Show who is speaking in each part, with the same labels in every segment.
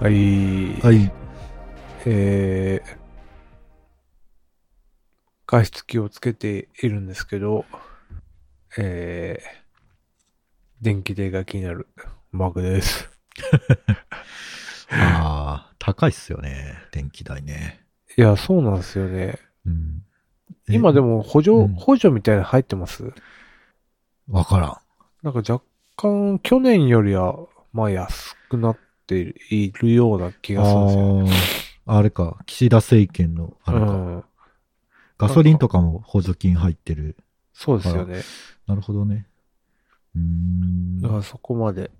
Speaker 1: はい。
Speaker 2: はい。
Speaker 1: えー、加湿器をつけているんですけど、えー、電気代が気になるマークです。
Speaker 2: ああ、高いっすよね。電気代ね。
Speaker 1: いや、そうなんですよね。
Speaker 2: うん。え
Speaker 1: 今で。も補助、
Speaker 2: うん
Speaker 1: 補助みたいなの入ってます
Speaker 2: わから
Speaker 1: なんか若干去年よりは、まあ安くなっているような気
Speaker 2: ん。
Speaker 1: がするんですよね。
Speaker 2: ああ、あれか。岸田政権の、あれか。
Speaker 1: うん。
Speaker 2: ガソリンとかも補助金入ってる。
Speaker 1: そうですよね。
Speaker 2: なるほどね。うーん。
Speaker 1: だからそこまで、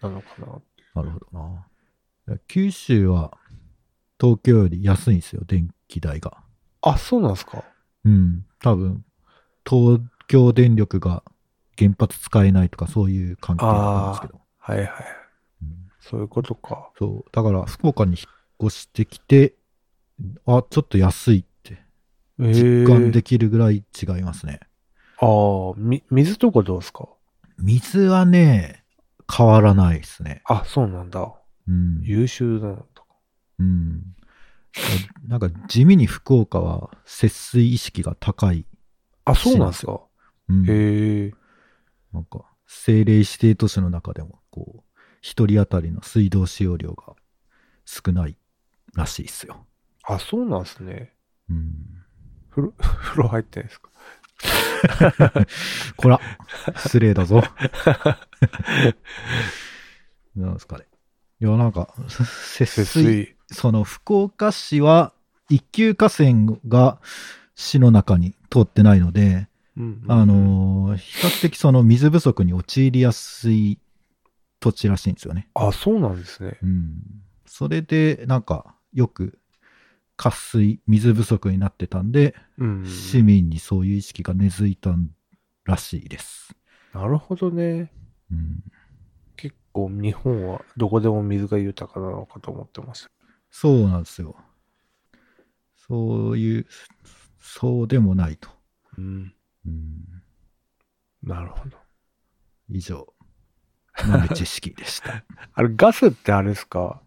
Speaker 1: なのかな。
Speaker 2: なるほどな。九州は東京より安いんですよ、電気代が。
Speaker 1: あ、そうなんですか
Speaker 2: うん。多分、東京電力が原発使えないとかそういう関係なんですけど。
Speaker 1: はいはい。
Speaker 2: うん
Speaker 1: そういうことか。
Speaker 2: そう。だから、福岡に引っ越してきて、あ、ちょっと安いって実感できるぐらい違いますね。
Speaker 1: ああ、み、水とかどうですか
Speaker 2: 水はね、変わらないですね。
Speaker 1: あ、そうなんだ。
Speaker 2: うん。
Speaker 1: 優秀だなとか。
Speaker 2: うん。なんか地味に福岡は節水意識が高い。
Speaker 1: あ、そうなんですか
Speaker 2: うん、
Speaker 1: へえ。
Speaker 2: なんか政令指定都市の中でもこう一人当たりの水道使用量が少ないらしいっすよ。
Speaker 1: あ、そうなんですね。
Speaker 2: うん。
Speaker 1: 風呂、風呂入ってないですか
Speaker 2: こら失礼だぞ。 なんですかね。いやなんか節
Speaker 1: 節
Speaker 2: 水
Speaker 1: 水。
Speaker 2: その福岡市は一級河川が市の中に通ってないので、
Speaker 1: うんうん
Speaker 2: あ、のー比較的その水不足に陥りやすい土地らしいんですよね。
Speaker 1: あ、そうなんですね。
Speaker 2: うん。それで、なんか、よく、渇水、水不足になってたんで、
Speaker 1: うん。
Speaker 2: 市民にそういう意識が根付いたらしいです。
Speaker 1: なるほどね。
Speaker 2: うん。
Speaker 1: 結構日本はどこでも水が豊かなのかと思ってます。
Speaker 2: そうなんですよ。そういう、そうでもないと。
Speaker 1: うん。
Speaker 2: うん。
Speaker 1: なるほど。
Speaker 2: 以上、豆知識 でした。
Speaker 1: あれ、ガスってあれですか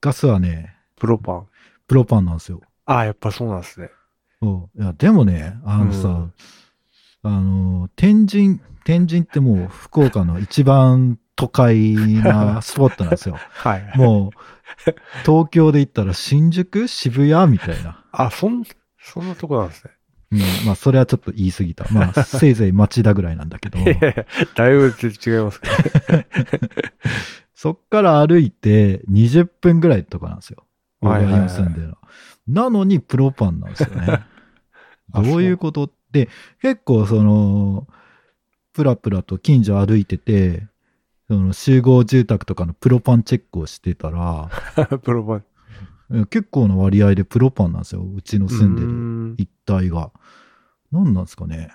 Speaker 2: ガスはね、
Speaker 1: プロパン。
Speaker 2: プロパンなんですよ。
Speaker 1: あ、やっぱそうなんですね。
Speaker 2: そういやでもね、あのさ、
Speaker 1: うん
Speaker 2: あの、天神、天神ってもう福岡の一番都会なスポットなん ですよ。
Speaker 1: はい。
Speaker 2: もう、東京で言ったら新宿渋谷みたいな。
Speaker 1: あ、そん、そんなとこなんですね。
Speaker 2: うん、まあ、それはちょっと言い過ぎた。まあ、せいぜい町田ぐらいなんだけ ど、
Speaker 1: いやいや、だいぶ違いますけど。
Speaker 2: そっから歩いて20分ぐらいとかなんですよ。僕
Speaker 1: は
Speaker 2: が
Speaker 1: いはいはい
Speaker 2: 今住んでるの。なのにプロパンなんですよね。
Speaker 1: あ
Speaker 2: どういうことって、結構その、プラプラと近所歩いてて、その集合住宅とかのプロパンチェックをしてたら、
Speaker 1: プロパン。
Speaker 2: うん結構な割合でプロパンなんですよ。うちの住んでる一帯が。何なんですかね。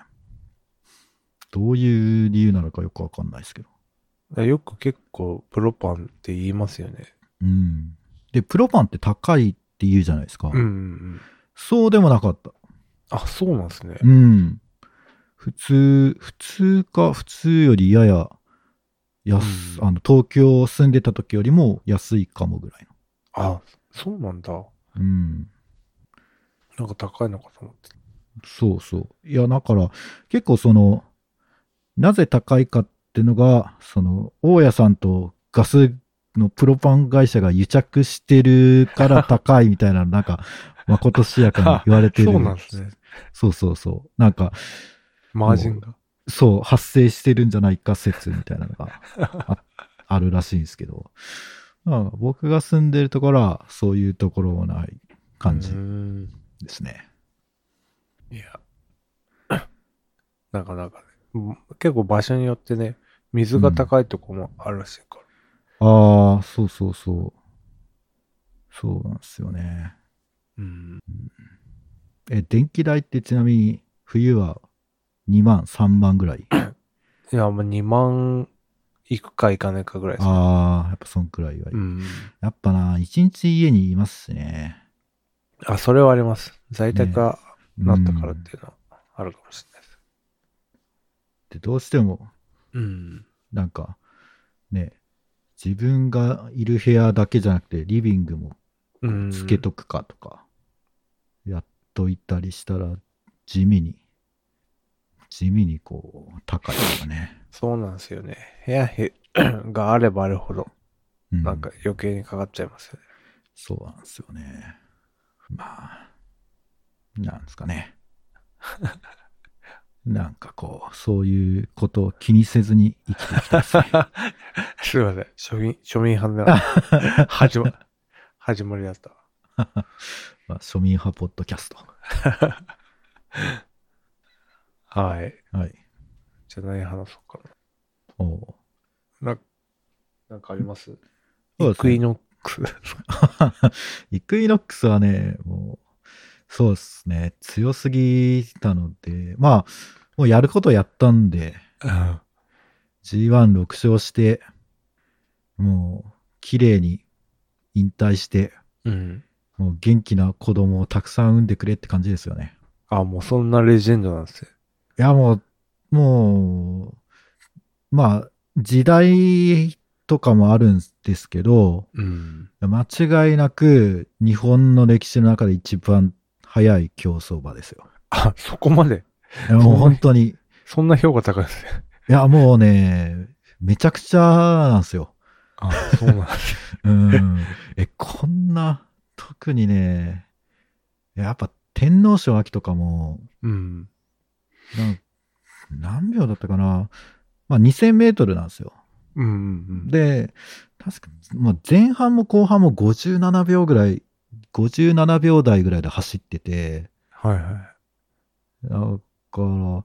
Speaker 2: どういう理由なのかよくわかんないですけど。
Speaker 1: でる。よく結構プロパンって言いますよね。
Speaker 2: うん。で、プロパンって高いって言うじゃないです
Speaker 1: う
Speaker 2: か。
Speaker 1: んうんうん。
Speaker 2: そうでもなかった。
Speaker 1: あ、そうなんですね。
Speaker 2: うん。普通、普通か、普通よりやや安、
Speaker 1: うん
Speaker 2: あの、東京住んでた時よりも安いかもぐらい
Speaker 1: あ、そうなんだ。
Speaker 2: の。うん。
Speaker 1: なんか高いのかと思って。
Speaker 2: そうそう。いや、だから、結構その、なぜ高いかってのが、その、大家さんとガスのプロパン会社が癒着してるから高いみたいな、なんか、まことしやかに言われて る。
Speaker 1: そうなんですね。。
Speaker 2: そうそうそう。なんか、
Speaker 1: マージンが。
Speaker 2: そう、発生してるんじゃないか説みたいなのがあ あるらしいんですけど、まあ、僕が住んでるところはそういうところもない感じ
Speaker 1: うーん。
Speaker 2: ですね。
Speaker 1: いや。 なかなかね。うん結構場所によってね、水が高いとこもあるらしいから。
Speaker 2: ああ、そうそうそう。そうなんですよね。
Speaker 1: うん。
Speaker 2: え、電気代ってちなみに冬は2万、3万 ぐらい。
Speaker 1: いや、まあ2万いくかいかないかぐらいですね。
Speaker 2: ああ、やっぱそんくらいは。
Speaker 1: うん。
Speaker 2: やっぱな、1日家にいますしね。
Speaker 1: あ、それはあります。在宅がなったからっ
Speaker 2: うん
Speaker 1: ていうのはあるかもしれないです。
Speaker 2: でどうしても
Speaker 1: うん。
Speaker 2: なんか、ね、自分がいる部屋だけじゃなくて、リビングも
Speaker 1: うん。
Speaker 2: つけとくかとか、やっといたりしたら、地味に、地味にこう、高いとかね。
Speaker 1: そうなんですよね。部屋へ があればあるほど、
Speaker 2: うん、
Speaker 1: なんか余計にかかっちゃいますよね。
Speaker 2: そうなんですよね。まあ、なんです かね。なんかこう、そういうことを気にせずに生きていきたいですね。
Speaker 1: すいません。庶民、庶民派な、 始ま、始まりだった。
Speaker 2: まあ、庶民派ポッドキャスト。
Speaker 1: はい。
Speaker 2: はい。
Speaker 1: じゃあ何話そうか
Speaker 2: おう
Speaker 1: な。な、なんかあります
Speaker 2: そう
Speaker 1: イ
Speaker 2: ですね
Speaker 1: クイノックス。
Speaker 2: イクイノックスはね、もう、そうですね、強すぎたので、まあ、もうやることやったんで、
Speaker 1: うん。
Speaker 2: G16 勝して、もう、綺麗に引退して、
Speaker 1: うん。
Speaker 2: もう元気な子供をたくさん産んでくれって感じですよね。
Speaker 1: あ、もうそんなレジェンドなんですよ。
Speaker 2: いや、もう、もう、まあ、時代とかもあるんですけど、
Speaker 1: うん。
Speaker 2: 間違いなく日本の歴史の中で一番早い競走馬ですよ。
Speaker 1: あ、そこまで。
Speaker 2: いやもう本当に。い
Speaker 1: そんな評価高いですね。
Speaker 2: や、もうね、めちゃくちゃなんですよ。
Speaker 1: あ、そうなんです。
Speaker 2: うん。え、こんな、特にね、やっぱ天皇賞秋とかも、
Speaker 1: うん。
Speaker 2: なん何秒だったかな。まあ2000メートルなんですよ。
Speaker 1: うんうん
Speaker 2: で、確か、まあ、前半も後半も57秒ぐらい、57秒台ぐらいで走ってて、
Speaker 1: うん。はいはい。
Speaker 2: だから、う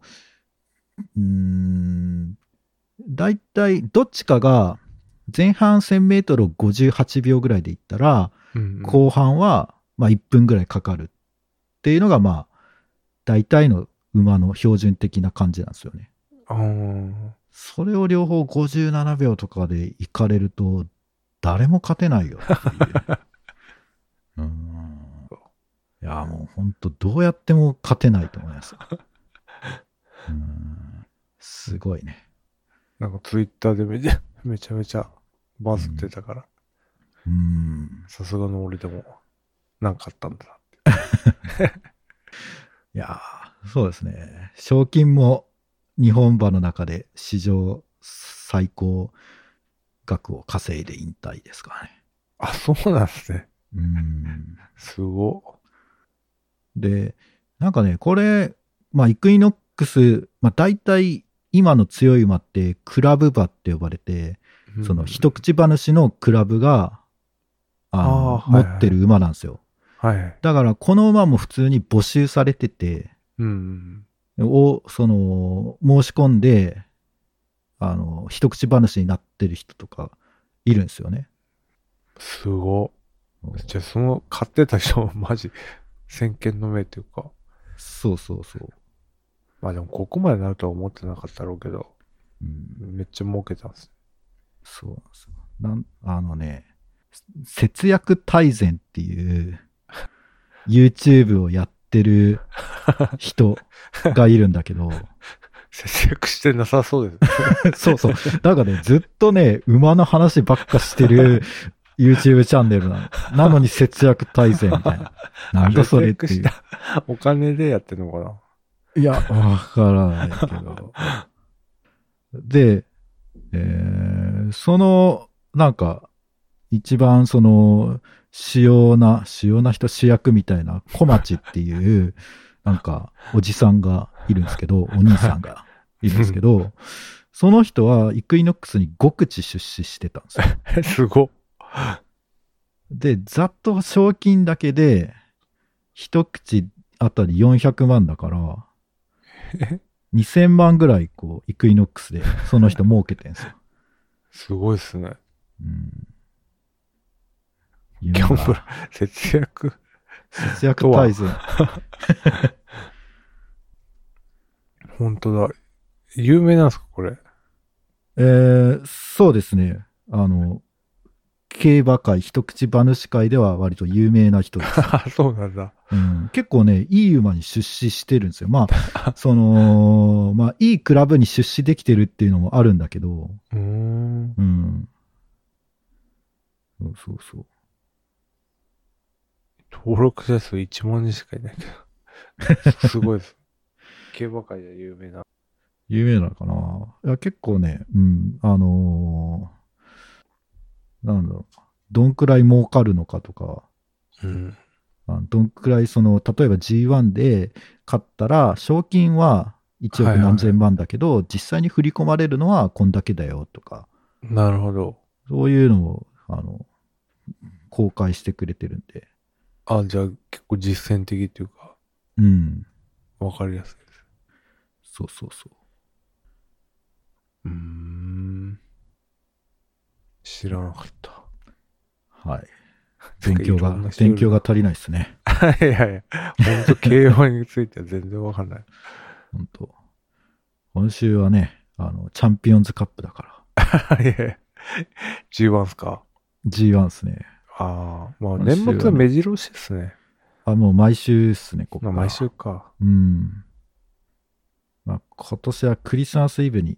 Speaker 2: ーん、だいたいどっちかが前半1000メートルを58秒ぐらいで行ったら、
Speaker 1: うんうん
Speaker 2: 後半はまあ1分ぐらいかかるっていうのがまあ、大体の馬の標準的な感じなんですよね。
Speaker 1: あー
Speaker 2: それを両方57秒とかで行かれると、誰も勝てないよっていう。うーん。いや、もう本当どうやっても勝てないと思います。うーん。すごいね。
Speaker 1: なんかツイッターでめちゃ めちゃめちゃバズってたから、
Speaker 2: うーん。
Speaker 1: さすがの俺でも、なんかあったんだな。
Speaker 2: いやー、そうですね。賞金も日本馬の中で史上最高額を稼いで引退ですからね。
Speaker 1: あ、そうなんですね。
Speaker 2: うーん。
Speaker 1: すご
Speaker 2: で、なんかね、これ、まあ、イクイノックス、まあ、大体、今の強い馬って、クラブ馬って呼ばれて、
Speaker 1: っ。
Speaker 2: その一口話のクラブが、あの
Speaker 1: あーはいはい
Speaker 2: 持ってる馬なんですよ。
Speaker 1: はい。
Speaker 2: だから、この馬も普通に募集されてて、
Speaker 1: うん。
Speaker 2: を、その、申し込んで、あの、一口話になってる人とか、いるんですよね。
Speaker 1: すごっ。じゃあその買ってた人も マジ、先見の目というか、
Speaker 2: そうそうそう。
Speaker 1: まあでもここまでなるとは思ってなかったろうけど、
Speaker 2: うん
Speaker 1: めっちゃ儲けたんです。
Speaker 2: そうなんですよ。なん、あのね、節約大全って いう、YouTube をやって る人がいるんだけど、
Speaker 1: 節約してなさそうです。
Speaker 2: そうそう。なんかね、ずっとね、馬の話ばっかしてる YouTube チャンネルなの。なのに節約大全みたいな。 なんだそれって
Speaker 1: 節
Speaker 2: い
Speaker 1: 約
Speaker 2: う。
Speaker 1: したお金でやってるのかない
Speaker 2: や、わからないけど。で、えーその、なんか、一番その、主要な、主要な人、主役みたいな、小町っていう、なんか、おじさんがいるんですけど、お兄さんがいるんですけど、その人は、イクイノックスに5口出資してたんですよ。
Speaker 1: え すごっ。
Speaker 2: で、ざっと賞金だけで、一口あたり400万だから、2000万ぐらい、こう、イクイノックスで、その人儲けて んすよ。
Speaker 1: すごいですね。
Speaker 2: うん。
Speaker 1: ギャンブル、節約。
Speaker 2: 節約 大全。
Speaker 1: 本当だ。有名なんですか、これ。
Speaker 2: えー、そうですね。あの、競馬界、一口馬主会では割と有名な 人です。
Speaker 1: あ、 そうなんだ。
Speaker 2: うん、結構ね、いい馬に出資してるんですよ。ま あ、その、まあ、いいクラブに出資できてるっていうのもあるんだけど、
Speaker 1: うーん。
Speaker 2: うん。そうそうそう。
Speaker 1: 登録者数1万人しかいないけど。 すごいです。競馬界では有名な。
Speaker 2: 有名なのかないや、結構ね、うん、あのーなんだろう。どんくらい儲かるのかとか、
Speaker 1: うん。
Speaker 2: あのどんくらいその、例えば G1 で勝ったら、賞金は1
Speaker 1: はいは
Speaker 2: 億
Speaker 1: い
Speaker 2: 何千万だけど、実際に振り込まれるのはこんだけだよとか、
Speaker 1: なるほど。
Speaker 2: そういうのを、あの、公開してくれてるんで、
Speaker 1: あ、じゃあ結構実践的っていうか、
Speaker 2: うん、
Speaker 1: わかりやすいです。
Speaker 2: そうそうそう。
Speaker 1: うーん。知らなかった。
Speaker 2: はい。
Speaker 1: なん
Speaker 2: 勉
Speaker 1: か
Speaker 2: 強
Speaker 1: い
Speaker 2: が
Speaker 1: ろんな、人いる
Speaker 2: 勉
Speaker 1: な
Speaker 2: 強が足りないで すね。
Speaker 1: いやいや、本当競馬については全然わかんない。
Speaker 2: 本当今週はね、あの、チャンピオンズカップだか ら。
Speaker 1: いやい や G1 っすか
Speaker 2: G1 ですね。
Speaker 1: ああ、まあ
Speaker 2: 今週は
Speaker 1: 年
Speaker 2: ね
Speaker 1: 末は目白押しですね。
Speaker 2: あ、もう毎週っすね、ここ
Speaker 1: ま
Speaker 2: か
Speaker 1: あ
Speaker 2: ら
Speaker 1: 毎週。か。
Speaker 2: うん。まあ、今年はクリスマスイブに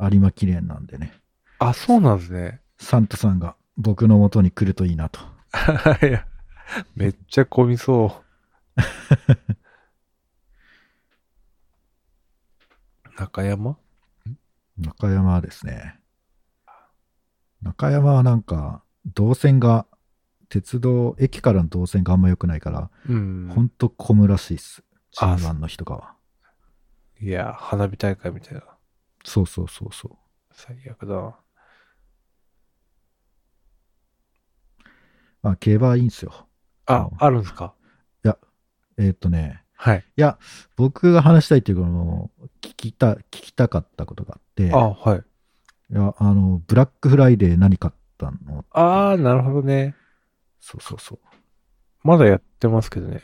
Speaker 2: 有馬記念なんでね、
Speaker 1: あ、そうなんですね。
Speaker 2: サンタさんが僕の元に来るといいなと。
Speaker 1: いや、めっちゃ混みそう。 中山
Speaker 2: 中山はですね、中山はなんか、動線が、鉄道、駅からの動線があんま良くないから、
Speaker 1: うん
Speaker 2: ほんと混むらしいっす。
Speaker 1: あ
Speaker 2: G1 の人がは。
Speaker 1: いや、花火大会みたいな。
Speaker 2: そうそうそうそう。
Speaker 1: 最悪だな。
Speaker 2: まあ、競馬はいいんですよ。
Speaker 1: あ、あるんですか
Speaker 2: えーっ、とね、
Speaker 1: はい。
Speaker 2: いや、僕が話したいっていうか、あの聞きた、聞きたかったことがあって、
Speaker 1: あ、はい。
Speaker 2: いや、あの、ブラックフライデー何買ったの
Speaker 1: ああ、なるほどね。
Speaker 2: そうそうそう。
Speaker 1: まだやってますけどね。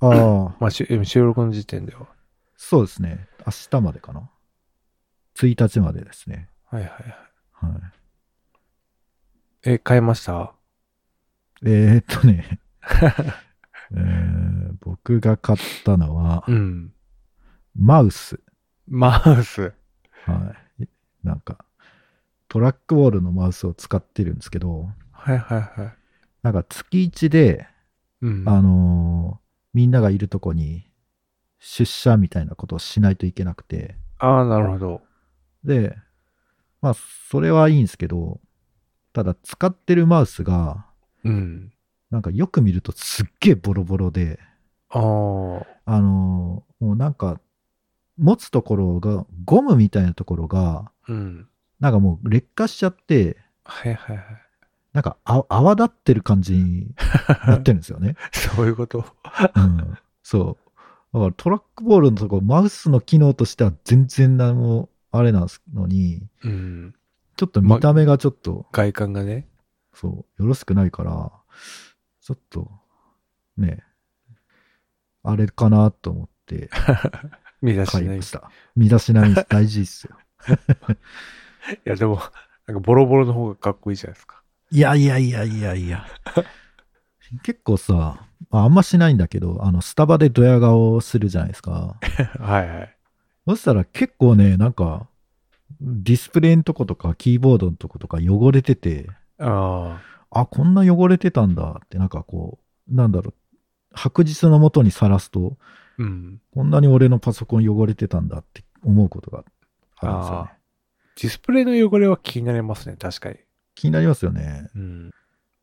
Speaker 2: ああ、
Speaker 1: まあ、しゅ収録の時点では。
Speaker 2: そうですね。明日までかな。1日までですね。
Speaker 1: はいはいはい。
Speaker 2: はい。
Speaker 1: え、買いました
Speaker 2: えー、っとね、えー僕が買ったのは、
Speaker 1: うん。
Speaker 2: マウス。
Speaker 1: マウス。
Speaker 2: はい。なんか、トラックボールのマウスを使ってるんですけど、
Speaker 1: はいはいはい。
Speaker 2: なんか月1で、
Speaker 1: うん。
Speaker 2: あのーみんながいるとこに出社みたいなことをしないといけなくて、
Speaker 1: ああ、なるほど。
Speaker 2: で、まあ、それはいいんですけど、ただ使ってるマウスが、
Speaker 1: うん。
Speaker 2: なんかよく見るとすっげえボロボロで、
Speaker 1: ああ、は
Speaker 2: あのーもうなんか、持つところが、ゴムみたいなところが、
Speaker 1: いうん。
Speaker 2: なんかもう劣化しちゃって、
Speaker 1: はいはいはい。
Speaker 2: なんかあ泡立ってる感じになってるんですよね。
Speaker 1: そういうこと。
Speaker 2: うんそう。だからトラックボールのとこ、マウスの機能としては全然何もあれなんですのに、
Speaker 1: うん。
Speaker 2: ちょっと見た目がちょっと、
Speaker 1: 外観がね。
Speaker 2: そう、よろしくないから、ちょっと、ね、あれかなと思って
Speaker 1: 見出し
Speaker 2: 買い
Speaker 1: ない。い
Speaker 2: ました。身だしなみ 大事ですよ。
Speaker 1: や、でも、なんかボロボロの方がかっこいいじゃないですか。
Speaker 2: いやいやいやいやいや。結構さ、ああんましないんだけど、あの、スタバでドヤ顔するじゃないですか。
Speaker 1: はいはい。
Speaker 2: そしたら結構ね、なんか、ディスプレイのとことか、キーボードのとことか汚れてて、
Speaker 1: あ
Speaker 2: あ、こんな汚れてたんだって、なんかこう、なんだろう、白日のもとにさらすと、
Speaker 1: あ、うん。
Speaker 2: こんなに俺のパソコン汚れてたんだって思うことがあるんですよね
Speaker 1: あ。ディスプレイの汚れは気になりますね、確かに。
Speaker 2: 気になりますよね。
Speaker 1: うん。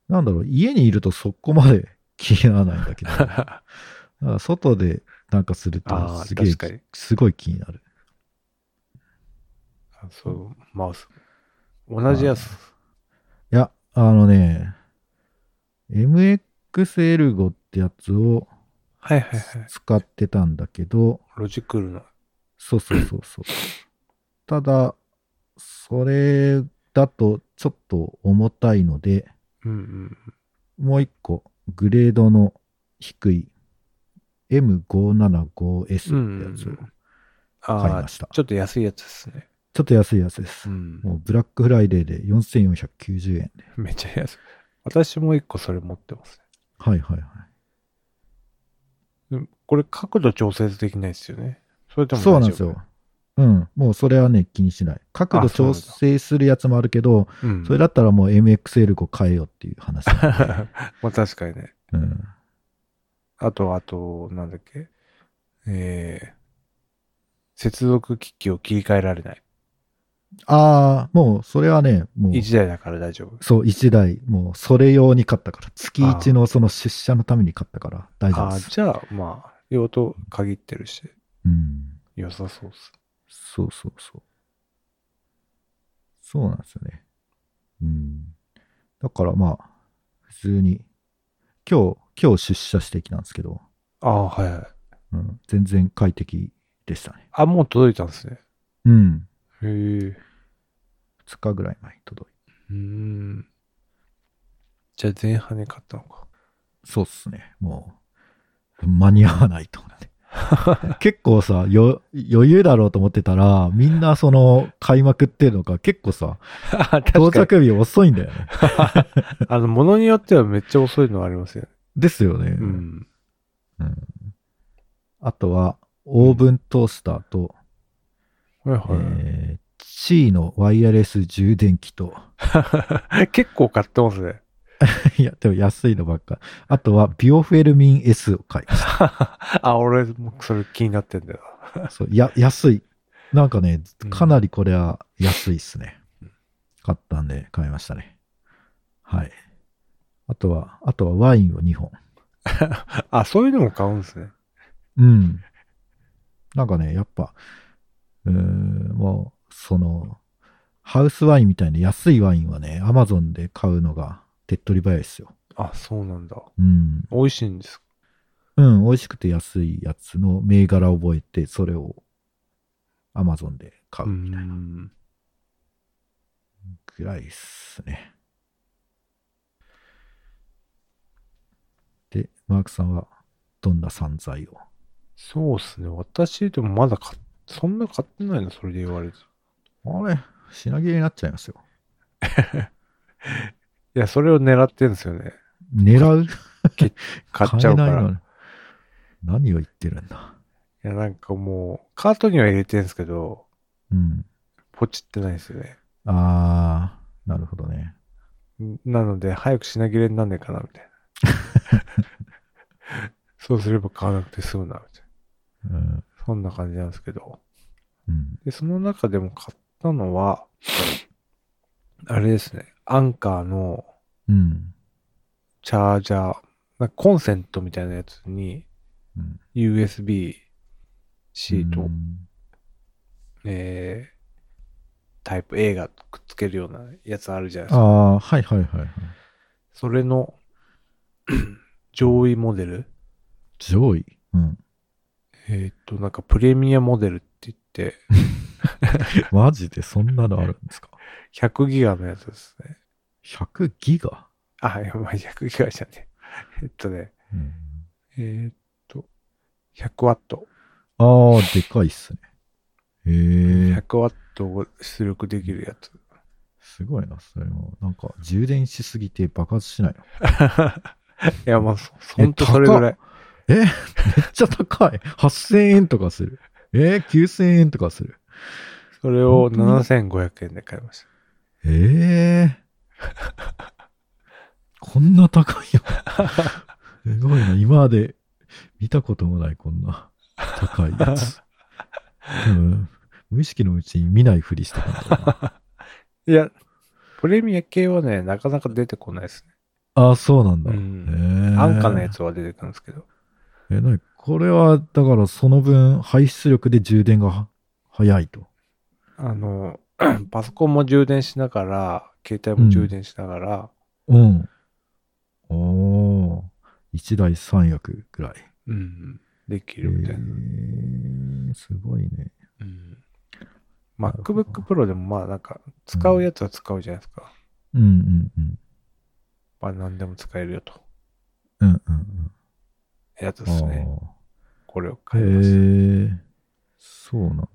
Speaker 2: なんだろう、家にいるとそこまで 気にならないん だけど、だか
Speaker 1: あ
Speaker 2: ら外でなんかすると
Speaker 1: あ、
Speaker 2: すげえ
Speaker 1: 確、かに。
Speaker 2: すごい気になる。
Speaker 1: そう、マウス。同じやつ。
Speaker 2: いや、あのね、MXL 語ってやつを
Speaker 1: はいはいはい。
Speaker 2: 使ってたんだけど、
Speaker 1: ロジクールの。
Speaker 2: そうそうそうそう。ただ、それだとちょっと重たいので、
Speaker 1: うんうん。
Speaker 2: もう一個、グレードの低い
Speaker 1: うん
Speaker 2: M575S ってやつを、
Speaker 1: うんうん
Speaker 2: 買い
Speaker 1: ああ、
Speaker 2: まし
Speaker 1: ち
Speaker 2: た
Speaker 1: ょっと安いやつですね。
Speaker 2: ちょっと安いやつです。
Speaker 1: うん。
Speaker 2: もうブラックフライデーで4490円で。
Speaker 1: めっちゃ安い。私も一個それ持ってます
Speaker 2: はいはいはい。
Speaker 1: ね。でもこれ角度調節できないですよね。それとも大丈夫
Speaker 2: そうなんですよ。。うん。もうそれはね、気にしない。角度
Speaker 1: あそうな
Speaker 2: 調
Speaker 1: んだ
Speaker 2: 整するやつもあるけど、
Speaker 1: うん
Speaker 2: それだったらもう MXL5 変えようっていう話。
Speaker 1: まあ確かにね。
Speaker 2: うん。
Speaker 1: あと、あと、なんだっけ。えー、接続機器を切り替えられない。
Speaker 2: ああ、もうそれはね、もう、
Speaker 1: 1台だから大丈夫。
Speaker 2: そう、1台、もうそれ用に買ったから、月1のその出社のために買ったから大丈
Speaker 1: あ
Speaker 2: 夫で
Speaker 1: あ、
Speaker 2: す。
Speaker 1: じゃあ、まあ、用途限ってるし、
Speaker 2: うん。
Speaker 1: 良さそうっす。
Speaker 2: そうそうそう。そうなんですよね。うん。だからまあ、普通に、今日、今日出社してきたんですけど、
Speaker 1: ああ、はいはい。
Speaker 2: うん、全然快適でしたね。
Speaker 1: あ、もう届いたんですね。
Speaker 2: うん。
Speaker 1: へえ。う
Speaker 2: 2日ぐらい前に届い
Speaker 1: ーん。じゃあ前半に買ったの か。
Speaker 2: そうっすね。もう、間に合わないと 思って。結構さ、よ、余裕だろうと思ってたら、みんなその、買いまくってるのか、結構さ、到着日遅いんだよね。
Speaker 1: あの、物によってはめっちゃ遅いのありますよね。
Speaker 2: ですよね。
Speaker 1: うん。
Speaker 2: うんあとは、オーブントースターと、
Speaker 1: はいは
Speaker 2: えーチーのワイヤレス充電器と、
Speaker 1: い。 結構買ってます ね。
Speaker 2: いや、でも安いのばっか。あとは、ビオフェルミン S を買いまし
Speaker 1: あ、俺もそれ気になってんだよ
Speaker 2: た。そう、や、安い。なんかね
Speaker 1: うん、
Speaker 2: かなりこれは安いっすね。買ったんで買いましたね。はい。あとは、あとはワインを2本。
Speaker 1: な。あ、そういうのも買うんですね。
Speaker 2: うん。なんかね、やっぱ、うーん、もう、その、ハウスワインみたいな安いワインはね、アマゾンで買うのが手っ取り早いですよ。
Speaker 1: あ、そうなんだ。
Speaker 2: うん。
Speaker 1: 美味しいんです。
Speaker 2: うん、美味しくて安いやつの銘柄を覚えて、それをアマゾンで買う
Speaker 1: う。
Speaker 2: みたいなんぐらいですね。で、マークさんはどんな散財を
Speaker 1: そうっすね。私でもまだ買っそんな買ってないの、それで言われると。
Speaker 2: あれ品切れになっちゃいますよ。
Speaker 1: いや、それを狙ってんですよね。
Speaker 2: 狙う
Speaker 1: 買っちゃうか
Speaker 2: 買え
Speaker 1: ら。
Speaker 2: ない
Speaker 1: い
Speaker 2: の何を言ってるんだ。
Speaker 1: や、なんかもう、カートには入れてんですけど、
Speaker 2: うん。
Speaker 1: ポチってないんですよね。
Speaker 2: あー、なるほどね。
Speaker 1: んなので、早く品切れになんねえかな、みたい な。そうすれば買わなくて済むな、みたい
Speaker 2: うん。
Speaker 1: な。そんな感じなんですけど。
Speaker 2: うん、
Speaker 1: で、その中でも買ったのは、あれですね。アンカーの
Speaker 2: うん。
Speaker 1: チャージャー、なんかコンセントみたいなやつに
Speaker 2: うん
Speaker 1: USB-C と、
Speaker 2: うん
Speaker 1: えー、タイプ A がくっつけるようなやつあるじゃないですか。
Speaker 2: あー、はいはいはいはい。
Speaker 1: それの 上位モデル。
Speaker 2: 上位。うん。
Speaker 1: えーっと、なんかプレミアモデルって言って、
Speaker 2: マジでそんなのあるんで すか
Speaker 1: 100ギガのやつですね。
Speaker 2: ?100 ギガ、
Speaker 1: あ、いや、まあ、100ギガじゃねえ。えっとね、
Speaker 2: うん、
Speaker 1: えーっと、100ワット。
Speaker 2: あー、でかいっすね。へえー、
Speaker 1: 100ワットを出力できる やつ。
Speaker 2: すごいな、それも。なんか、充電しすぎて爆発しないの。
Speaker 1: いや、まあ、そほんとそれぐらい。
Speaker 2: え、 めっちゃ高い。8000円とかする。えー、9000円とかする。
Speaker 1: それを
Speaker 2: 本当に
Speaker 1: 7500円で買いました。
Speaker 2: ええこんな高いよ。すごいな。今まで見たこともないこんな高いやつ。多分無意識のうちに見ないふりしてたんだろうな。
Speaker 1: いや、プレミア系はね、なかなか出てこないですね。
Speaker 2: ああ、そうなんだ。
Speaker 1: うん
Speaker 2: ええ
Speaker 1: 安価なや。つは出てくるんですけど。
Speaker 2: え、なにこれは、だからその分排出力で充電がは早いと。
Speaker 1: あの、 パソコンも充電しながら、携帯も充電しながら、
Speaker 2: うん。おー。1台3役ぐらい。
Speaker 1: うん、できるみたいな。
Speaker 2: ええすごいね。
Speaker 1: うん
Speaker 2: なるほど
Speaker 1: MacBook Pro でもまあなんか、使うやつは使うじゃないですか。
Speaker 2: うんうんうん。
Speaker 1: まあ何でも使えるよと。
Speaker 2: うんうんうん。
Speaker 1: やつですね。
Speaker 2: あ
Speaker 1: これを
Speaker 2: ー
Speaker 1: 買いました。
Speaker 2: へえ、そうなんだ。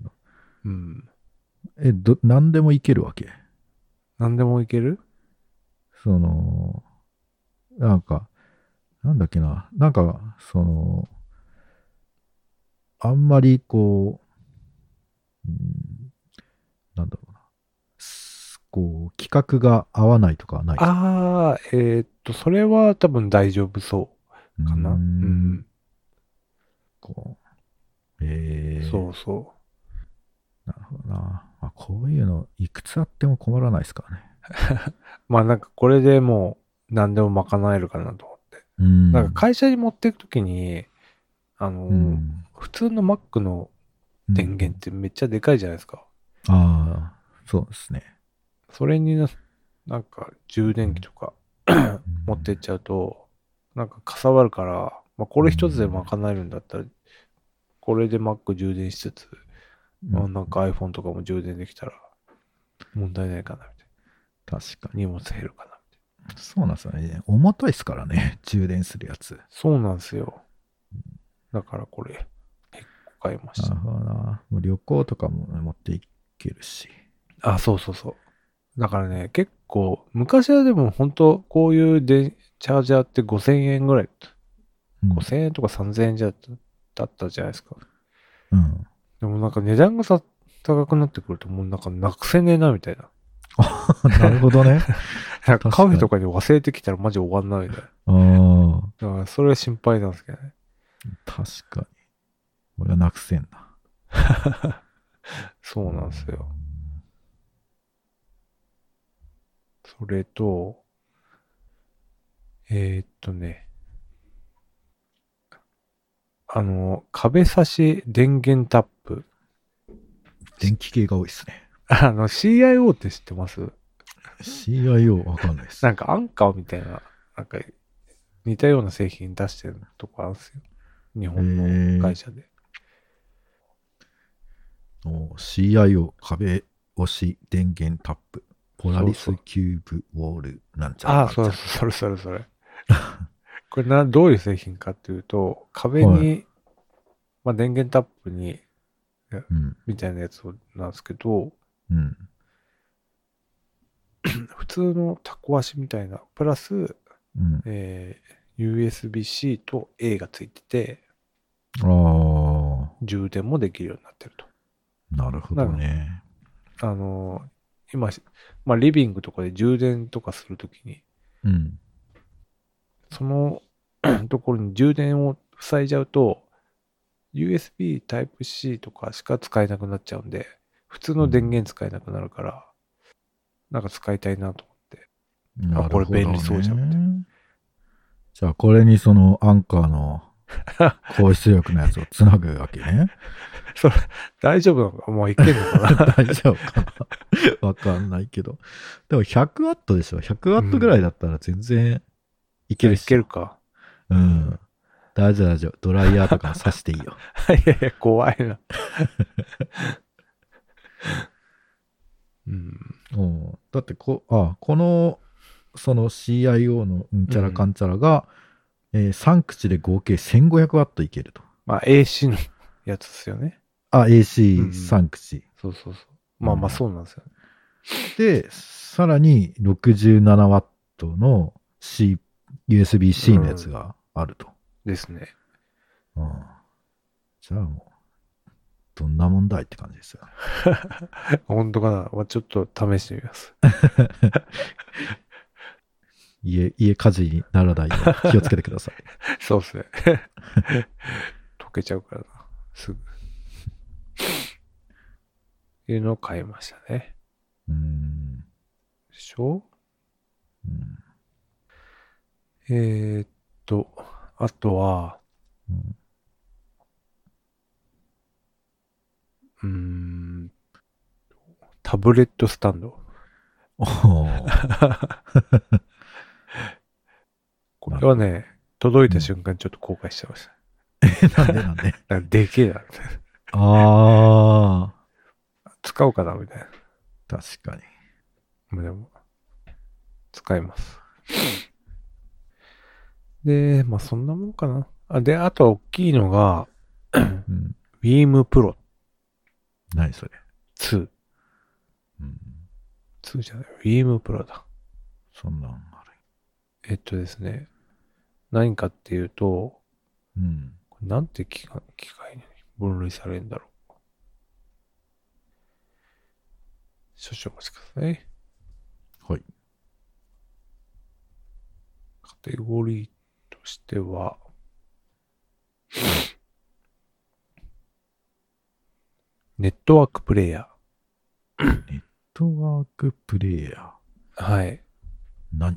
Speaker 1: うん。
Speaker 2: え、ど、何でもいけるわけ
Speaker 1: 何でもいける
Speaker 2: その、なんか、なんだっけな、なんか、その、あんまりこう、うん、なんだろうな。すこう、企画が合わないとかはない
Speaker 1: ああ、えーっと、それは多分大丈夫そ
Speaker 2: うん
Speaker 1: うかな。うん。
Speaker 2: こう。ええ
Speaker 1: そうそ
Speaker 2: なるほどな。まあ、こういうの、いくつあっても困らないですからね。
Speaker 1: う。まあなんかこれでもう何でも賄えるかなと思って。
Speaker 2: うん。
Speaker 1: なんか会社に持っていくときに、あの、
Speaker 2: うん、
Speaker 1: 普通の Mac の電源ってめっちゃでかいじゃないですか。
Speaker 2: うん。ああ、そうですね。
Speaker 1: それにな、なんか充電器とか持ってっちゃうと、なんかかさばるから、まあこれ一つで賄えるんだったら、これで Mac 充電しつつ、
Speaker 2: うん
Speaker 1: まあなんか iPhone とかも充電できたら問題ないかなみたい
Speaker 2: 確か
Speaker 1: な。荷物減るかなみたい
Speaker 2: に。そうなんですよね。重たいですからね。 充電するやつ。
Speaker 1: な。そうなんですよ。だからこれ、結構買いまし
Speaker 2: な
Speaker 1: た
Speaker 2: る。ほどな。もう旅行とかも持っていけるし。
Speaker 1: あ、そうそうそう。だからね、結構、昔はでも本当こういうでチャージャーって5000円ぐらい、
Speaker 2: うん
Speaker 1: 5000円とか3000円じゃっただったじゃないですか。
Speaker 2: うん。
Speaker 1: でもなんか値段がさ高くなってくるともうなんかなくせねえなみたいな。
Speaker 2: なるほ どね。
Speaker 1: なんかカフェと
Speaker 2: 確
Speaker 1: かに忘れてきたらマジ終わんないみたいな。
Speaker 2: ああ、
Speaker 1: だからそれは心配なんですけどね。
Speaker 2: 確かに。俺はなくせんな。
Speaker 1: そうなんですよ。それと、えーっとね、あの、壁差し電源タップ。
Speaker 2: 電気系が多いですね。
Speaker 1: あの、CIO って知ってます
Speaker 2: CIO わかんないです。
Speaker 1: なんかアンカーみたいな、なんか似たような製品出してるとこあるんですよ。日本の会社で。
Speaker 2: お CIO 壁押し電源タップ。ポラ
Speaker 1: そ
Speaker 2: リス
Speaker 1: うそう
Speaker 2: キューブウォールなんちゃら
Speaker 1: ああ、
Speaker 2: なんち
Speaker 1: そ
Speaker 2: ゃら
Speaker 1: うそう、それそれそれ。これな、どういう製品かっていうと、壁に、
Speaker 2: は
Speaker 1: まあ電源タップに、
Speaker 2: うん。
Speaker 1: みたいなやつをなんですけど、
Speaker 2: うん。
Speaker 1: 普通のタコ足みたいな、プラス、
Speaker 2: うん。
Speaker 1: えー USB-C と A がついてて、
Speaker 2: あ
Speaker 1: 充電もできるようになってると。
Speaker 2: あ、なるほどね。
Speaker 1: あのー今、まあリビングとかで充電とかするときに、
Speaker 2: うん。
Speaker 1: その ところに充電を塞いじゃうと、USB Type-C とかしか使えなくなっちゃうんで、普通の電源使えなくなるから、なんか使いたいなと思って。
Speaker 2: なるほどね
Speaker 1: これ便利そうじゃんみたい
Speaker 2: じゃあ、これにそのアンカー の高出力のやつをつなぐわけね。
Speaker 1: それ、大丈夫なのかもういけるのかな
Speaker 2: 大丈夫かなわかんないけど。でも100ワットでしょ ?100 ワットぐらいだったら全然いける
Speaker 1: い
Speaker 2: し。
Speaker 1: けるか。
Speaker 2: うん。大丈夫大丈夫。ドライヤーとかも刺していいよ。
Speaker 1: いやいや、怖いな。うん。
Speaker 2: うん、だってこ、あ、この、その CIO のうんちゃらかんちゃらが、え3口で合計1500ワットいけると。
Speaker 1: まあ AC のやつですよね。
Speaker 2: あ、
Speaker 1: うん
Speaker 2: AC3 口。
Speaker 1: そうそうそう。まあまあそうなんですよね。
Speaker 2: で、さらに67ワットの C、USB-C のやつがあると。
Speaker 1: ですね。
Speaker 2: うんじゃあもう、どんな問題って感じですよね。
Speaker 1: 本当かな、まあ、ちょっと試してみます。
Speaker 2: 家、家火事にならないよう気をつけてくだ さい。
Speaker 1: そう ですね。溶けちゃうからな。すぐ。っていうのを買いましたね。
Speaker 2: うーん。
Speaker 1: でしょ
Speaker 2: うん
Speaker 1: えー、っと、あとは、
Speaker 2: うん
Speaker 1: うーん、タブレットスタンド。
Speaker 2: お ー
Speaker 1: これはね、届いた瞬間ちょっと後悔してました。
Speaker 2: なんでなんで。
Speaker 1: なんかでけえな、 みたいな。
Speaker 2: あ
Speaker 1: 使おうかな、みたいな。
Speaker 2: ー、確かに。
Speaker 1: まあでも、使います。で、まあそんなもんかな。あで、あとは大きいのが、
Speaker 2: うん。
Speaker 1: Beam Pro
Speaker 2: 何それ。
Speaker 1: 2。
Speaker 2: うん。
Speaker 1: 2じゃない。Beam Pro だ。
Speaker 2: そんなんあ
Speaker 1: えっとですね。何かっていうと、
Speaker 2: る。うん。
Speaker 1: これなんて機械機械に分類されるんだろう。少々お待ちください。
Speaker 2: はい。
Speaker 1: カテゴリーとしては、ネットワークプレイヤ
Speaker 2: ネットワークプレイヤー。
Speaker 1: ー。はい。
Speaker 2: 何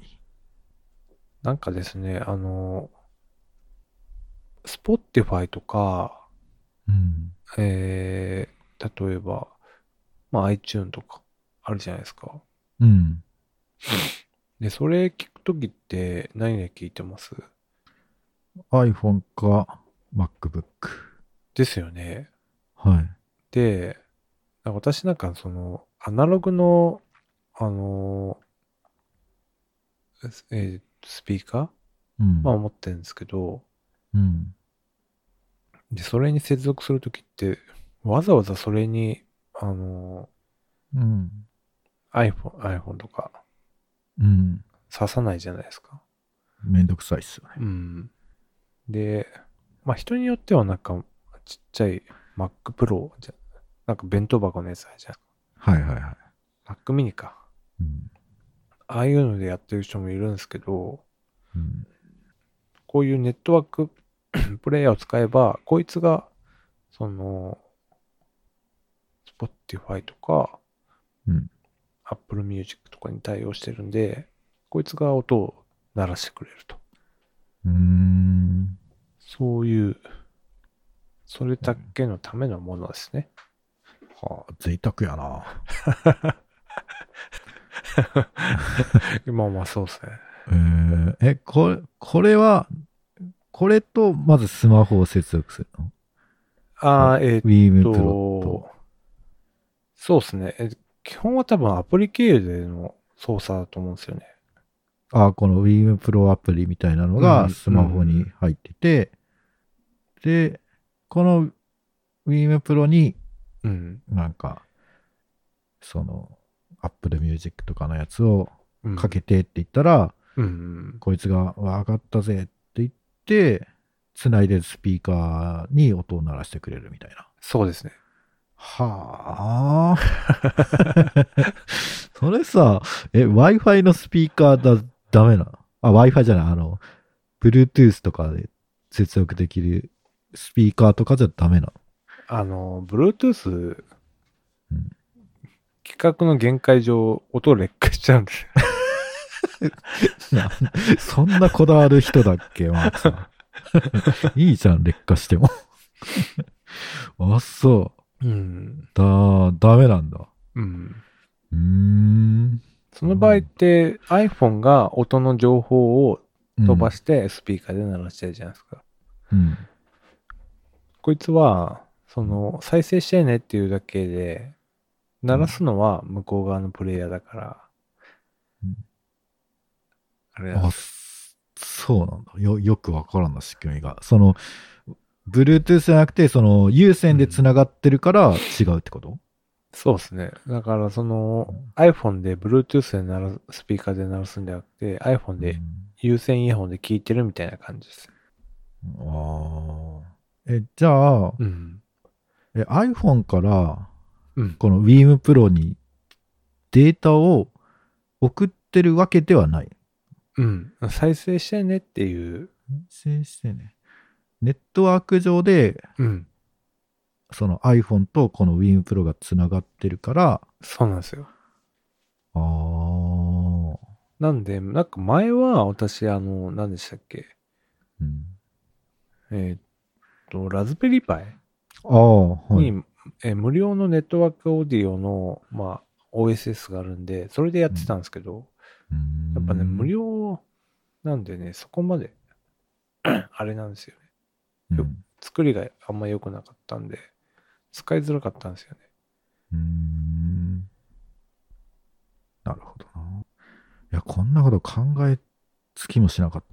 Speaker 1: なんかですね、あの、スポッティファイとか、
Speaker 2: うん。
Speaker 1: えー、例えば、まあ iTune とかあるじゃないですか。
Speaker 2: うん。
Speaker 1: で、それ聞くときって何で聞いてます
Speaker 2: iPhone か MacBook。
Speaker 1: ですよね。
Speaker 2: はい。
Speaker 1: で、なんか私なんかその、アナログの、あの、えースピーカ
Speaker 2: うん。
Speaker 1: ーまあ持ってるんですけど、
Speaker 2: うん。
Speaker 1: で、それに接続するときって、わざわざそれに、あの、
Speaker 2: うん。
Speaker 1: iPhone、iPhone とか
Speaker 2: うん。
Speaker 1: 刺さないじゃないですか。
Speaker 2: めんどくさいっすよね。
Speaker 1: うん。で、まあ人によってはなんかちっちゃい Mac Pro じゃ、なんか弁当箱のやつあるじゃ
Speaker 2: はいはいはい。
Speaker 1: ん。Mac mini か。
Speaker 2: うん。
Speaker 1: ああいうのでやってる人もいるんですけど、
Speaker 2: うん。
Speaker 1: こういうネットワーク プレイヤーを使えば、こいつが、その、Spotify とか、
Speaker 2: うん。
Speaker 1: Apple Music とかに対応してるんで、こいつが音を鳴らしてくれると。
Speaker 2: うーん。
Speaker 1: そういう、それだけのためのものですね。
Speaker 2: はあ、贅沢やな。
Speaker 1: まあまあそうですね。
Speaker 2: えー、え、これ、これは、これと、まずスマホを接続するの
Speaker 1: ああ、えーっ
Speaker 2: ?Wii
Speaker 1: と
Speaker 2: Pro と。
Speaker 1: そうですね。え基本は多分アプリ経由での操作だと思うんですよね。
Speaker 2: あこの Wii Pro アプリみたいなの
Speaker 1: うん
Speaker 2: がスマホに入ってて、で、この Wii Pro に
Speaker 1: うん。
Speaker 2: なんか、その Apple Music とかのやつを
Speaker 1: うん
Speaker 2: かけてって言ったら、
Speaker 1: うん。
Speaker 2: こいつがわかったぜって言って、つないでるスピーカーに音を鳴らしてくれるみたいな。
Speaker 1: そうですね。
Speaker 2: はあ。 それさ、え、Wi-Fi のスピーカーだ、ダメなのあ、Wi-Fi じゃない、あの、Bluetooth とかで接続できるスピーカーとかじゃダメな
Speaker 1: あの、Bluetooth、
Speaker 2: うん
Speaker 1: 規格の限界上、音を劣化しちゃうんですよ。
Speaker 2: のな そんなこだわる人だっけ、マークさん。いいじゃん、 劣化しても。 あ、そう。
Speaker 1: うん。
Speaker 2: だ、ダメなんだ。
Speaker 1: うん。
Speaker 2: うーん。
Speaker 1: その場合って、iPhone が音の情報を飛ばしてスピーカーで鳴らしてるじゃないですか。
Speaker 2: うん。
Speaker 1: こいつは、その、再生してねっていうだけで、鳴らすのは向こう側のプレイヤーだから。
Speaker 2: うん
Speaker 1: あれ
Speaker 2: あ、そそうなんだ。よ、よくわからんな、仕組みが。その、Bluetooth じゃなくて、その、有線で繋がってるから違うってこと、
Speaker 1: そうですね。だから、その、iPhone で Bluetooth で鳴らす、スピーカーで鳴らすんじゃなくて、iPhone
Speaker 2: う
Speaker 1: で
Speaker 2: ん
Speaker 1: 有線イヤホンで聞いてるみたいな感じです。
Speaker 2: ああ。え、じゃあ、
Speaker 1: うん。
Speaker 2: え iPhone から、
Speaker 1: うん。
Speaker 2: この Weem Pro にデータを送ってるわけではない。
Speaker 1: うん。再生してねっていう。
Speaker 2: 先生ね。ネットワーク上で、
Speaker 1: うん。
Speaker 2: その iPhone とこの Weem Pro が繋がってるから、
Speaker 1: そうなんですよ。
Speaker 2: ああ。
Speaker 1: なんで、なんか前は私、あの、何でしたっけ
Speaker 2: うん、
Speaker 1: えーっと、ラズベリーパイ
Speaker 2: ああ、はい。
Speaker 1: に、えー無料のネットワークオーディオの、まあ、OSS があるんで、それでやってたんですけど、やっぱね、無
Speaker 2: 料
Speaker 1: 料なんでね、そこまで、 あれなんですよね。よ作りがあんま良くなかったんで、使いづらかったんですよね。
Speaker 2: うーんなるほどな。いや、こんなこと考えつきもしなかっ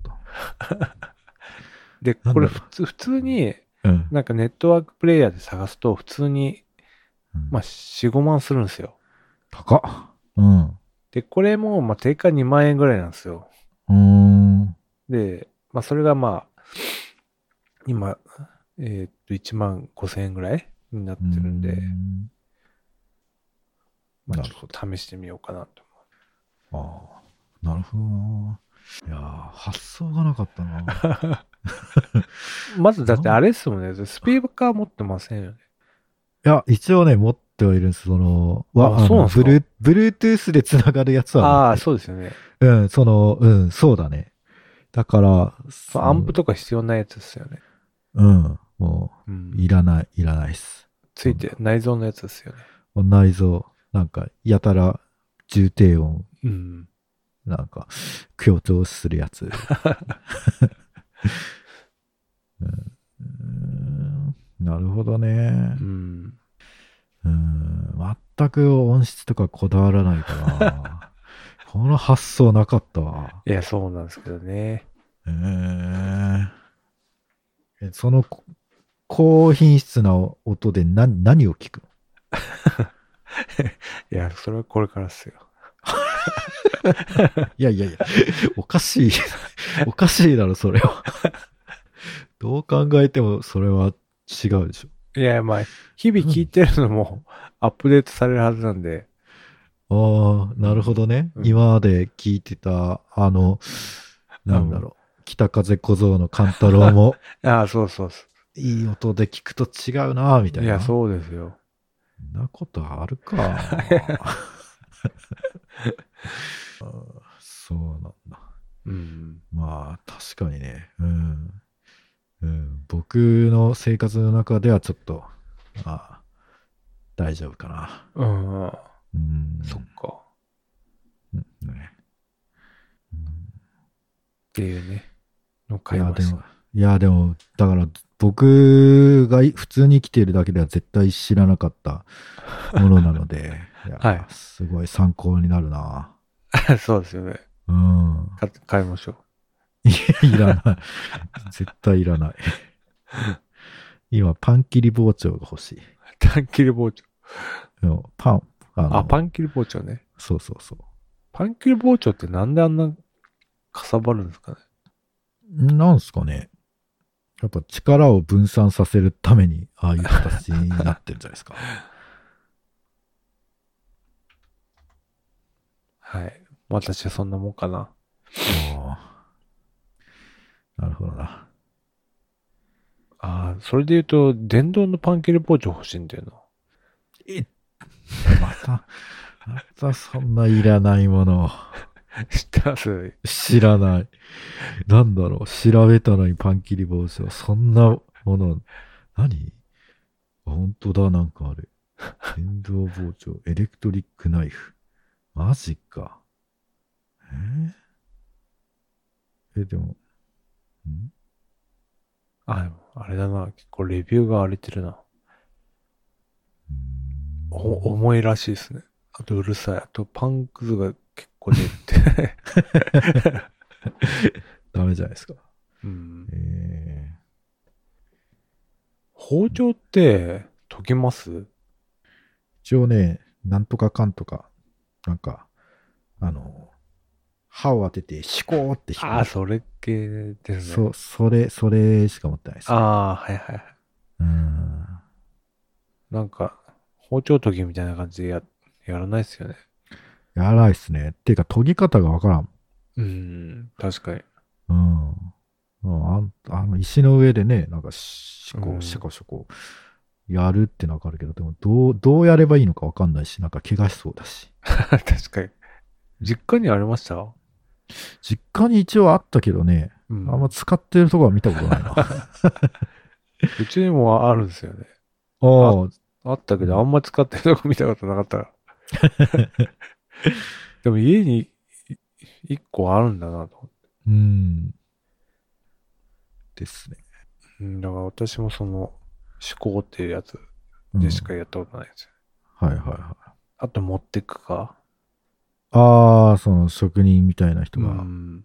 Speaker 1: で、
Speaker 2: なんだろう
Speaker 1: これ普通、普通に、
Speaker 2: た。うん。
Speaker 1: なんかネットワークプレイヤーで探すと、普通に、まあ、
Speaker 2: あ、
Speaker 1: 4、5万するんですよ。
Speaker 2: 高っ。うん。う
Speaker 1: で、これも、まあ、定価2万円ぐらいなんですよ。
Speaker 2: ーん。
Speaker 1: で、まあ、それがまあ、今、えーっと、1万5千円ぐらいになってるんで、
Speaker 2: うーん
Speaker 1: まあ、
Speaker 2: な
Speaker 1: ち
Speaker 2: る
Speaker 1: ょっと試してみようかなと
Speaker 2: ああ、なるほどな。いやー発想がなかったな。
Speaker 1: 思う。まずだってあれっすもんね、スピーカー持ってませんよね。
Speaker 2: いや、一応ね、持ってはいるんです。その、
Speaker 1: あ
Speaker 2: わ
Speaker 1: そうなんですか
Speaker 2: ブルー、ブルートゥースで繋がるやつは
Speaker 1: あ
Speaker 2: 持
Speaker 1: あ、
Speaker 2: って
Speaker 1: そうですよね。
Speaker 2: る、うん、その、うん、そうだね。だから、
Speaker 1: そう
Speaker 2: その
Speaker 1: アンプとか必要ないやつですよね。
Speaker 2: うん、も
Speaker 1: う
Speaker 2: う、い
Speaker 1: ん、
Speaker 2: らない、いらないっす。
Speaker 1: ついて、内蔵のやつですよね。
Speaker 2: もう内臓、なんか、やたら、重低音、
Speaker 1: うん。
Speaker 2: なんか、強調するやつ。 うんうんなるほどね
Speaker 1: う。ん。
Speaker 2: うーん、全く音質とかこだわらないから、この発想なかったわ。
Speaker 1: いや、そうなんですけどね。
Speaker 2: えーえそのこ高品質な音で何何を聞く
Speaker 1: いや、それはこれからっすよ。
Speaker 2: のいやいやいや、おか しい、おかしいだろ、それは。どう考えてもそれは違うでしょ。
Speaker 1: いや、まあ、日々聞いてるのも アップデートされるはずなんで、
Speaker 2: ああ、なるほどね。
Speaker 1: うん
Speaker 2: 今まで聞いてた、あの、なんだろう、北風小僧の勘太 郎も、
Speaker 1: ああ、そうそうそ
Speaker 2: いい音で聞くと違うなぁみた
Speaker 1: う。
Speaker 2: い
Speaker 1: い
Speaker 2: な。
Speaker 1: や、そうですよ。
Speaker 2: そんなことあるか。 あーそうなんだ。
Speaker 1: うん。
Speaker 2: まあ、確かにね。うん。うん、僕の生活の中ではちょっと、あー大丈夫かな。
Speaker 1: うん。
Speaker 2: うん。
Speaker 1: そっか。
Speaker 2: うんねうん
Speaker 1: っていうね。の
Speaker 2: い
Speaker 1: 買い
Speaker 2: や、
Speaker 1: ま
Speaker 2: で
Speaker 1: し
Speaker 2: も
Speaker 1: た。、
Speaker 2: いや、でも、だから、僕がい普通に生きているだけでは絶対知らなかったものなので、 いや
Speaker 1: はい
Speaker 2: すごい参考になるな。
Speaker 1: そうですよね。
Speaker 2: うん。
Speaker 1: 買って買いましょ
Speaker 2: いらない。 絶対いらない。今、パン切り包丁が欲しい。
Speaker 1: う。パン切り包丁。
Speaker 2: でもパン、あ
Speaker 1: あ、パ
Speaker 2: ン
Speaker 1: ン切り包丁ね。
Speaker 2: そうそうそう。
Speaker 1: パン切り包丁ってなんであんなかさばるんですかね。
Speaker 2: なんすかね。やっぱ力を分散させるために、ああいう形になってるんじゃな いですか。
Speaker 1: はい。私はそんなもんかな。
Speaker 2: あーなるほどな。
Speaker 1: ああ、それで言うと、電動のパン切り包丁欲しいんだよな。
Speaker 2: えまた、またそんないらないもの。
Speaker 1: 知ってます
Speaker 2: 知らない。なんだろう。調べたのにパン切り帽子は、そんなもの、何あ本当だ、なんかある。電動包丁、エレクトリックナイフ。マジか。ええ、でも、ん
Speaker 1: あ、でもあれだな。結構レビューが荒れてるな。お、重いらしいですね。あとうるさい。あとパンくずが結構出るって。
Speaker 2: ダメじゃないですか。
Speaker 1: うん
Speaker 2: え。え
Speaker 1: 包丁って研ぎます
Speaker 2: 一応ね、なんとかかんとか、なんか、あの、歯を当てて、シコーって引く。
Speaker 1: ああ、それ系ですね。
Speaker 2: そう、それ、それしか持ってないです。
Speaker 1: ああ、はいはいはい。
Speaker 2: うん。
Speaker 1: なんか、包丁研ぎみたいな感じでや、やらないっすよね。
Speaker 2: やらいっすね。っていうか、研ぎ方がわからん。
Speaker 1: うん、確かに。
Speaker 2: うん。うんあんあの、石の上でね、なんか、シ
Speaker 1: う
Speaker 2: コ
Speaker 1: ん
Speaker 2: シコシコ、やるってのはわかるけど、でも、どう、どうやればいいのかわかんないし、なんか、怪我しそうだし。
Speaker 1: 確かに。実家にありました
Speaker 2: 実家に一応あったけどね、
Speaker 1: うん
Speaker 2: あんま使ってるとこは見たこ とないな。あ
Speaker 1: うちにもあるんですよね。
Speaker 2: あ、
Speaker 1: あったけど、あんま使ってるとこ見たことなかったから。 でも家にい一個あるんだなと思って。
Speaker 2: うん。ですね。
Speaker 1: うん、だから私もその、思考っていうやつ
Speaker 2: うん
Speaker 1: でしかやったことないですよ。
Speaker 2: はいはいはい。
Speaker 1: あと持ってくか。
Speaker 2: ああ、その職人みたいな人
Speaker 1: う
Speaker 2: が
Speaker 1: ん。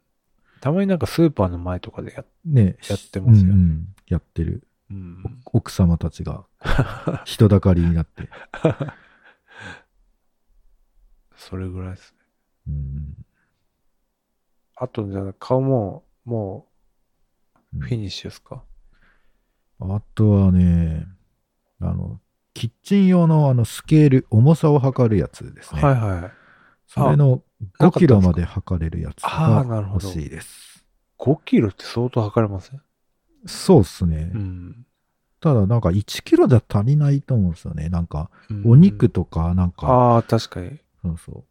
Speaker 1: たまになんかスーパーの前とかでやっ、
Speaker 2: ね、
Speaker 1: やってますよね
Speaker 2: うんうんやってる。
Speaker 1: うん
Speaker 2: 奥様たちが こう人だかりになって。
Speaker 1: それぐらいですね。
Speaker 2: うん
Speaker 1: あと、じゃあ顔も、もう、フィニッシュですか。
Speaker 2: あとはね、あの、キッチン用のあのスケール、重さを測るやつですね。
Speaker 1: はいはい。
Speaker 2: それ
Speaker 1: あ
Speaker 2: の
Speaker 1: なかったんです
Speaker 2: 5
Speaker 1: か
Speaker 2: キロまで測れるやつ
Speaker 1: ああ、
Speaker 2: が
Speaker 1: なるほ
Speaker 2: 欲
Speaker 1: ど。
Speaker 2: しいです。
Speaker 1: 5キロって相当測れません
Speaker 2: そうですね。
Speaker 1: うん。
Speaker 2: ただなんか1キロじゃ足りないと思うんですよね。なんか
Speaker 1: うん
Speaker 2: お肉とかなんか、
Speaker 1: ああ、確かに。
Speaker 2: そうそう。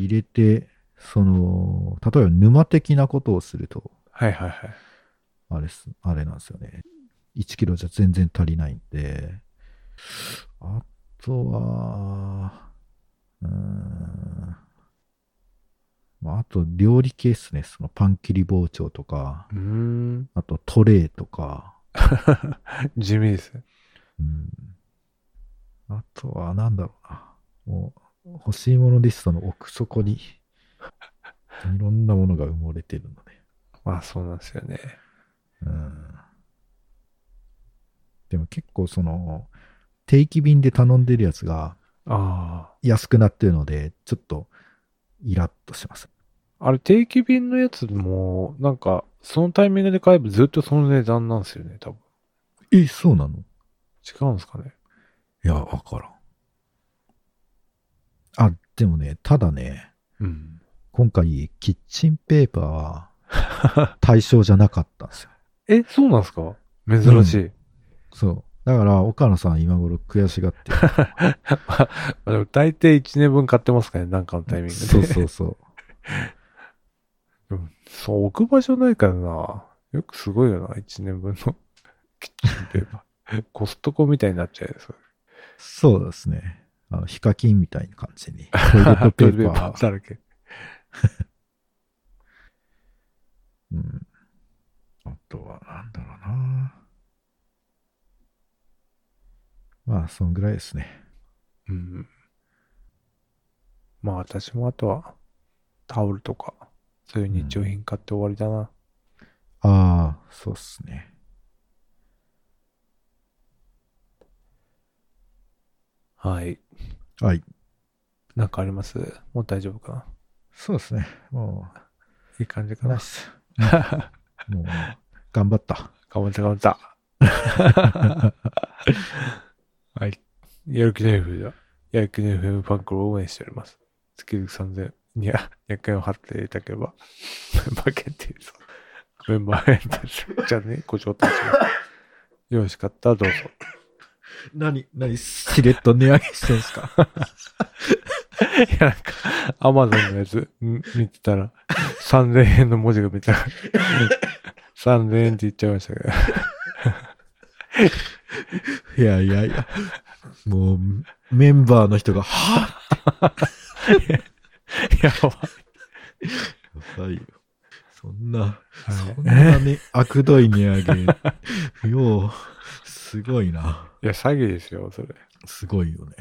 Speaker 2: 入れて、その、例えば沼的なことをすると、
Speaker 1: はいはいはい。
Speaker 2: あれっす、あれなんですよね。1キロじゃ全然足りないんで、あとは、うーん、まあ、あと料理系っすね。そのパン切り包丁とか、
Speaker 1: うーん。
Speaker 2: あとトレーとか、
Speaker 1: 地味ですね。
Speaker 2: うん、あとはなんだろうな。もう欲しいものリストの奥底に、いろんなものが埋もれてるので。
Speaker 1: まあそうなんですよね。
Speaker 2: うんでも結構その定期便で頼んでるやつが
Speaker 1: あ
Speaker 2: 安くなってるのでちょっとイラッとします。
Speaker 1: あ。あれ、定期便のやつも、なんか、そのタイミングで買えばずっとその値段なんですよね、多分。
Speaker 2: え、そうなのい
Speaker 1: 違うんですかね。
Speaker 2: や、わからん。あ、でもね、ただね、
Speaker 1: うん。
Speaker 2: 今回キッチンペーパーは 対象じゃなかったんですよ。
Speaker 1: え、そうなんですか珍しい。
Speaker 2: そう。だから岡野さん今頃悔しがってる。
Speaker 1: まあでも大抵1年分買ってますからね、なんか のタイミングで。
Speaker 2: そうそうそう。
Speaker 1: そう、置く場所ないからな。よくすごいよな、1年分の キッチンペーパー。コストコみたいになっちゃうよ、それ
Speaker 2: そうですね。あのヒカキンみたいな感 じに。トイレットペ
Speaker 1: トイレ
Speaker 2: ー
Speaker 1: ット
Speaker 2: パー。
Speaker 1: だらけ。
Speaker 2: うん。あとは、なんだろうな。まあ、そんぐらいですね。
Speaker 1: うん。まあ私もあとは、タオルとか、そういう日用品買って終わりだな。
Speaker 2: ああ、そうっすね。
Speaker 1: はい。
Speaker 2: はい。
Speaker 1: なんかありますもう大丈夫かな
Speaker 2: そうですね。も
Speaker 1: いい感じ
Speaker 2: う、
Speaker 1: か
Speaker 2: ナイ
Speaker 1: な
Speaker 2: ス。
Speaker 1: 頑
Speaker 2: もう、頑張った。
Speaker 1: 張った頑張った。 はい。やる気ない FM では、やる気ない FM ファンクルを応援しております。月々3000、いや、200円を払っていただければ、 メンバー限定です。メンバー限定です。じゃあね、ご招待します。よろしかったらどうぞ。
Speaker 2: 何、何、しれっと値上げしてんすか
Speaker 1: いや、なんか、アマゾンのやつ、ん見てたら、3000円の文字がめち ゃ、3000円って言っちゃいましたけど。
Speaker 2: いやいやいや。もう、メンバーの人が、は
Speaker 1: やば
Speaker 2: ぁはいよ。そんな、
Speaker 1: い
Speaker 2: そんなに、悪どい値上 げ。よう、すごいな。
Speaker 1: いや、詐欺ですよ、それ。
Speaker 2: すごいよね。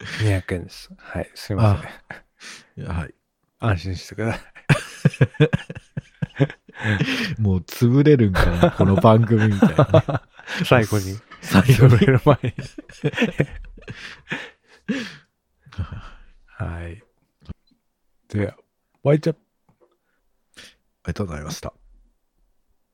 Speaker 1: 200円です。はい、すいません。
Speaker 2: いやはい。
Speaker 1: 安心してください。
Speaker 2: もう潰れるんかな、この番組みたいなね、
Speaker 1: 最後に。
Speaker 2: 最後
Speaker 1: 潰
Speaker 2: に。
Speaker 1: れ る前 に。はい。では、ワイチャップ
Speaker 2: ありがとうございました。